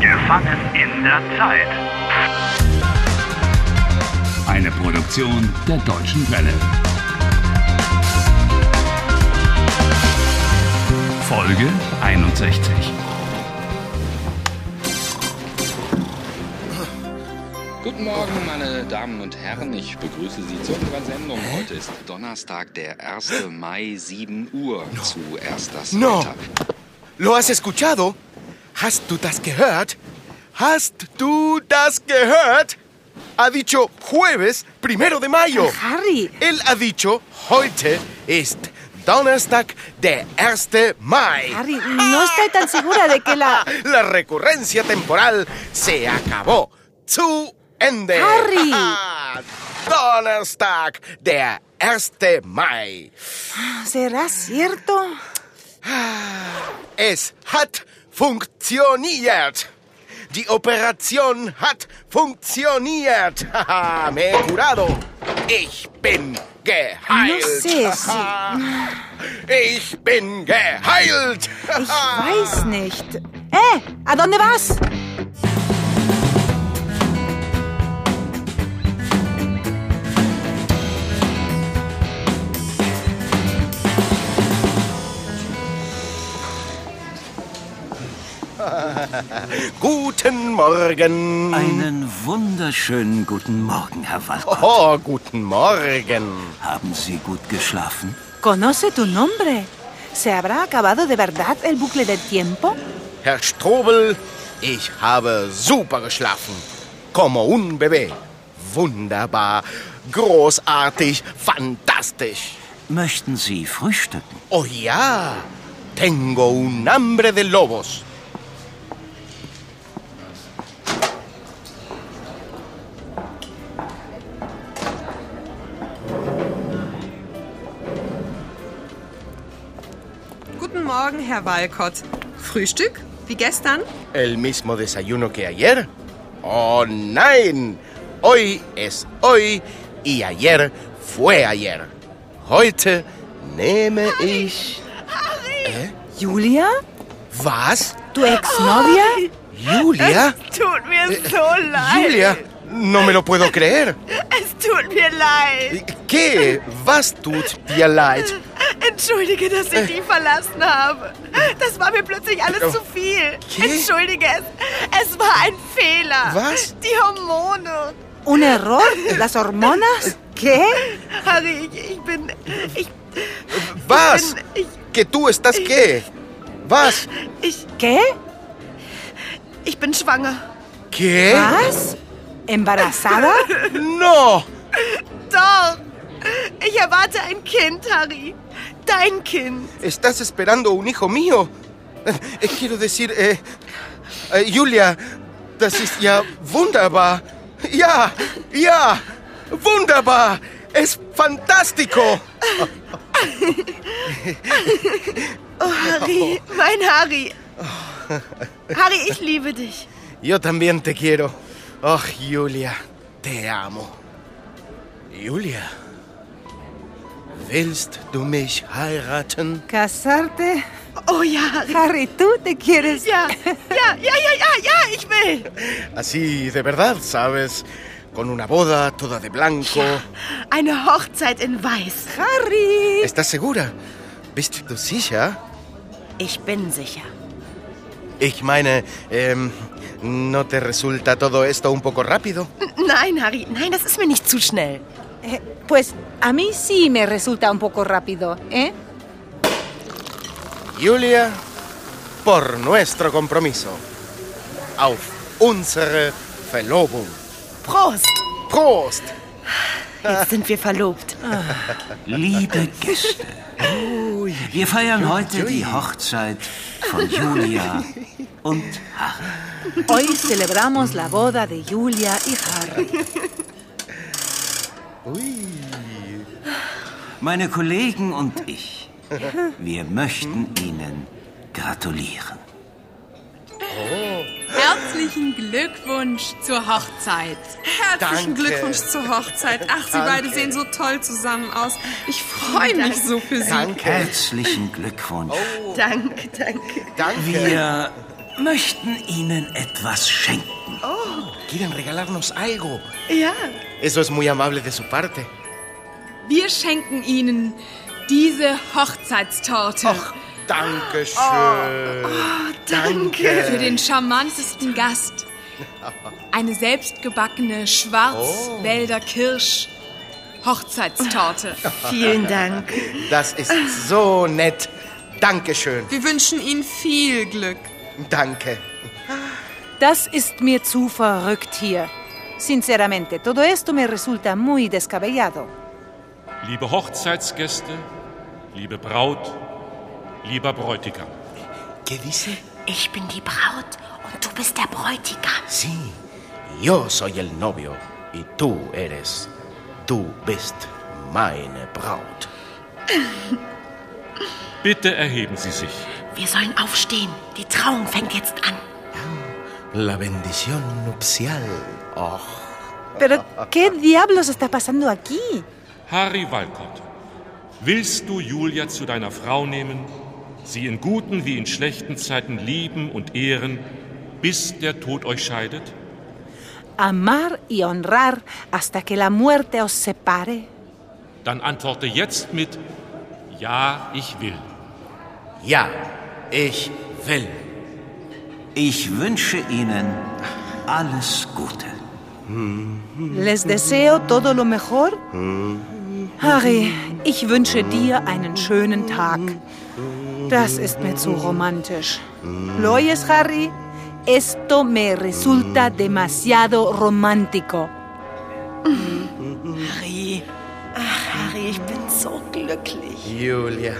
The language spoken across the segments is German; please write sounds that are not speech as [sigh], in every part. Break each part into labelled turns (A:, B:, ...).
A: Gefangen in der Zeit.
B: Eine Produktion der Deutschen Welle. Folge 61.
C: Guten Morgen, meine Damen und Herren. Ich begrüße Sie zu unserer Sendung. Heute ist Donnerstag, der 1. Mai, 7 Uhr. Zuerst das
D: No.
C: Wetter.
D: ¿Lo has escuchado? ¿Hast du das gehört? ¿Hast du das gehört? Ha dicho jueves primero de [laughs] mayo.
E: Harry,
D: Él ha dicho heute ist Donnerstag der 1. Mai.
E: Harry, no estoy tan segura de
D: [laughs]
E: que la...
D: La recurrencia temporal se acabó. Zu Ende.
E: Harry.
D: Ah, [laughs] Donnerstag der 1. Mai.
E: ¿Será cierto?
D: Es hat funktioniert. Die Operation hat funktioniert. Haha, [laughs] me he curado. Ich bin geheilt.
E: No sé si-
D: Haha. Ich bin geheilt. [laughs]
E: Ich weiß nicht. ¡Eh! ¿A dónde vas?
D: Guten Morgen.
F: Einen wunderschönen guten Morgen, Herr Walter.
D: Oh, guten Morgen.
F: Haben Sie gut geschlafen?
E: Conoce tu nombre. ¿Se habrá acabado de verdad el bucle del tiempo?
D: Herr Strobel, ich habe super geschlafen. Como un bebé. Wunderbar. Großartig. Fantastisch.
F: Möchten Sie frühstücken?
D: Oh ja, tengo un hambre de lobos.
G: Guten Morgen, Herr Walcott. Frühstück? Wie gestern?
D: ¿El mismo desayuno que ayer? Oh nein, hoy es hoy y ayer fue ayer. Heute nehme ich... ¿Eh?
E: ¿Julia?
D: ¿Was?
E: ¿Tu exnovia?
D: ¿Julia? Eh,
H: Tut mir so leid.
D: Julia, no me lo puedo creer.
H: Es tut mir leid.
D: ¿Qué? Was tut dir leid?
H: Entschuldige, dass ich dich verlassen habe. Das war mir plötzlich alles
D: Äh,
H: zu viel.
D: okay.
H: Entschuldige es. Es war ein Fehler.
D: Was?
H: Die Hormone.
E: ¿Un error? ¿Las hormonas? ¿Qué?
H: Harry, ich, ich bin. Ich,
D: ¿Was?
H: ich,
D: ¿Que tú estás qué? ¿Was?
H: ich,
E: ¿Qué?
H: ich bin schwanger.
D: ¿Qué?
E: ¿Vas? ¿Embarazada?
D: No.
H: Doch. Ich erwarte ein Kind, Harry. Dein Kind.
D: Estás esperando un hijo mío. Eh, eh, quiero decir, eh, eh, Julia, das ist ja wunderbar. Ja, ja, wunderbar. Es fantastico.
H: Oh, Harry. Mein Harry. Harry, ich liebe dich.
D: Yo también te quiero. Oh, Julia, te amo. Julia, willst du mich heiraten?
E: ¿Casarte?
H: Oh ja, Harry.
E: Harry, ¿tú te quieres...?
H: Ja, ja, ja, ja, ja, ja, ich will.
D: Así de verdad, ¿sabes? Con una boda toda de blanco.
H: Eine Hochzeit in Weiß.
E: ¡Harry!
D: ¿Estás segura? ¿Bist du sicher?
H: Ich bin sicher.
D: Ich meine, ähm, ¿no te resulta todo esto un poco rápido?
H: N- Nein, Harry, nein, das ist mir nicht zu schnell.
E: Eh, pues a mí sí me resulta un poco rápido, ¿eh?
D: Julia, por nuestro compromiso. Auf unsere Verlobung.
H: Prost.
D: Prost!
H: Jetzt sind wir verlobt.
F: Liebe Gäste, wir feiern heute die Hochzeit von Julia und Harry.
E: Hoy celebramos la boda de Julia y Harry.
F: Meine Kollegen und ich, wir möchten Ihnen gratulieren.
I: Herzlichen Glückwunsch zur Hochzeit.
D: Danke.
I: Herzlichen Glückwunsch zur Hochzeit. Ach, Sie
D: Danke.
I: beide sehen so toll zusammen aus. Ich freue mich so für Sie.
A: Äh,
D: Danke,
F: Herzlichen Glückwunsch.
H: Danke, danke.
D: danke.
F: Wir möchten Ihnen etwas schenken.
D: Quieren regalarnos algo.
H: Ja.
D: Eso es muy amable de su parte.
I: Wir schenken Ihnen diese Hochzeitstorte
D: Ach, danke
G: Ah.
D: schön. danke.
I: für den charmantesten Gast. Eine selbstgebackene Schwarzwälder
G: Oh.
I: Kirsch
G: [laughs]
I: Hochzeitstorte.
H: Vielen Dank.
D: Das ist so nett. Dankeschön.
G: Wir wünschen Ihnen viel Glück.
D: Danke.
E: Das ist mir zu verrückt hier. Sinceramente, todo esto me resulta muy descabellado.
A: Liebe Hochzeitsgäste, liebe Braut, lieber Bräutigam.
D: ¿Qué dice?
J: Ich bin die Braut und du bist der Bräutigam.
D: Sí. Yo soy el novio y tú eres. Du bist meine Braut.
A: Bitte erheben Sie sich.
J: Wir sollen aufstehen. Die Trauung fängt jetzt an.
D: Ah, La bendición nupcial. Oh.
E: Pero, ¿qué diablos está pasando aquí?
A: Harry Walcott, willst du Julia zu deiner Frau nehmen, sie in guten wie in schlechten Zeiten lieben und ehren, bis der Tod euch scheidet?
E: Amar y honrar hasta que la muerte os separe.
A: Dann antworte jetzt mit Ja, ich will.
D: Ja, ich will.
F: Ich wünsche Ihnen alles Gute.
E: Les deseo todo lo mejor. Harry, ich wünsche dir einen schönen Tag. Das ist mir zu romantisch. ¿Lo oyes, Harry? Esto me resulta demasiado romántico.
H: Harry. Ach, Harry, ich bin so glücklich.
D: Julia.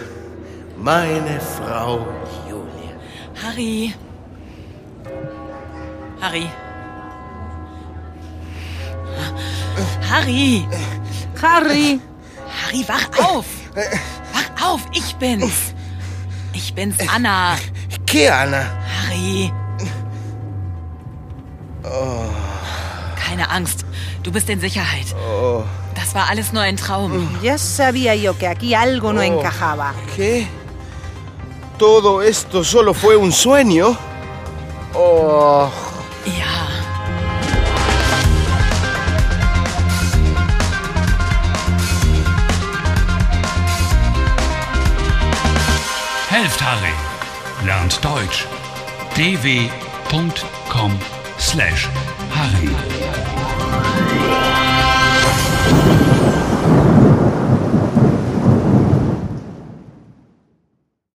D: Meine Frau Julia.
G: Harry. Harry. Harry.
E: Harry,
G: Harry, wach auf. Wach auf, ich bin's. Ich bin's, Anna.
D: ¿Qué, Anna?
G: Harry. Keine Angst, du bist in Sicherheit. Das war alles nur ein Traum.
E: ya sabía yo que aquí algo no encajaba.
D: ¿Qué? ¿Todo esto solo fue un sueño? Oh.
G: Ja.
B: Helft Harry. Lernt Deutsch. dw.com/harry.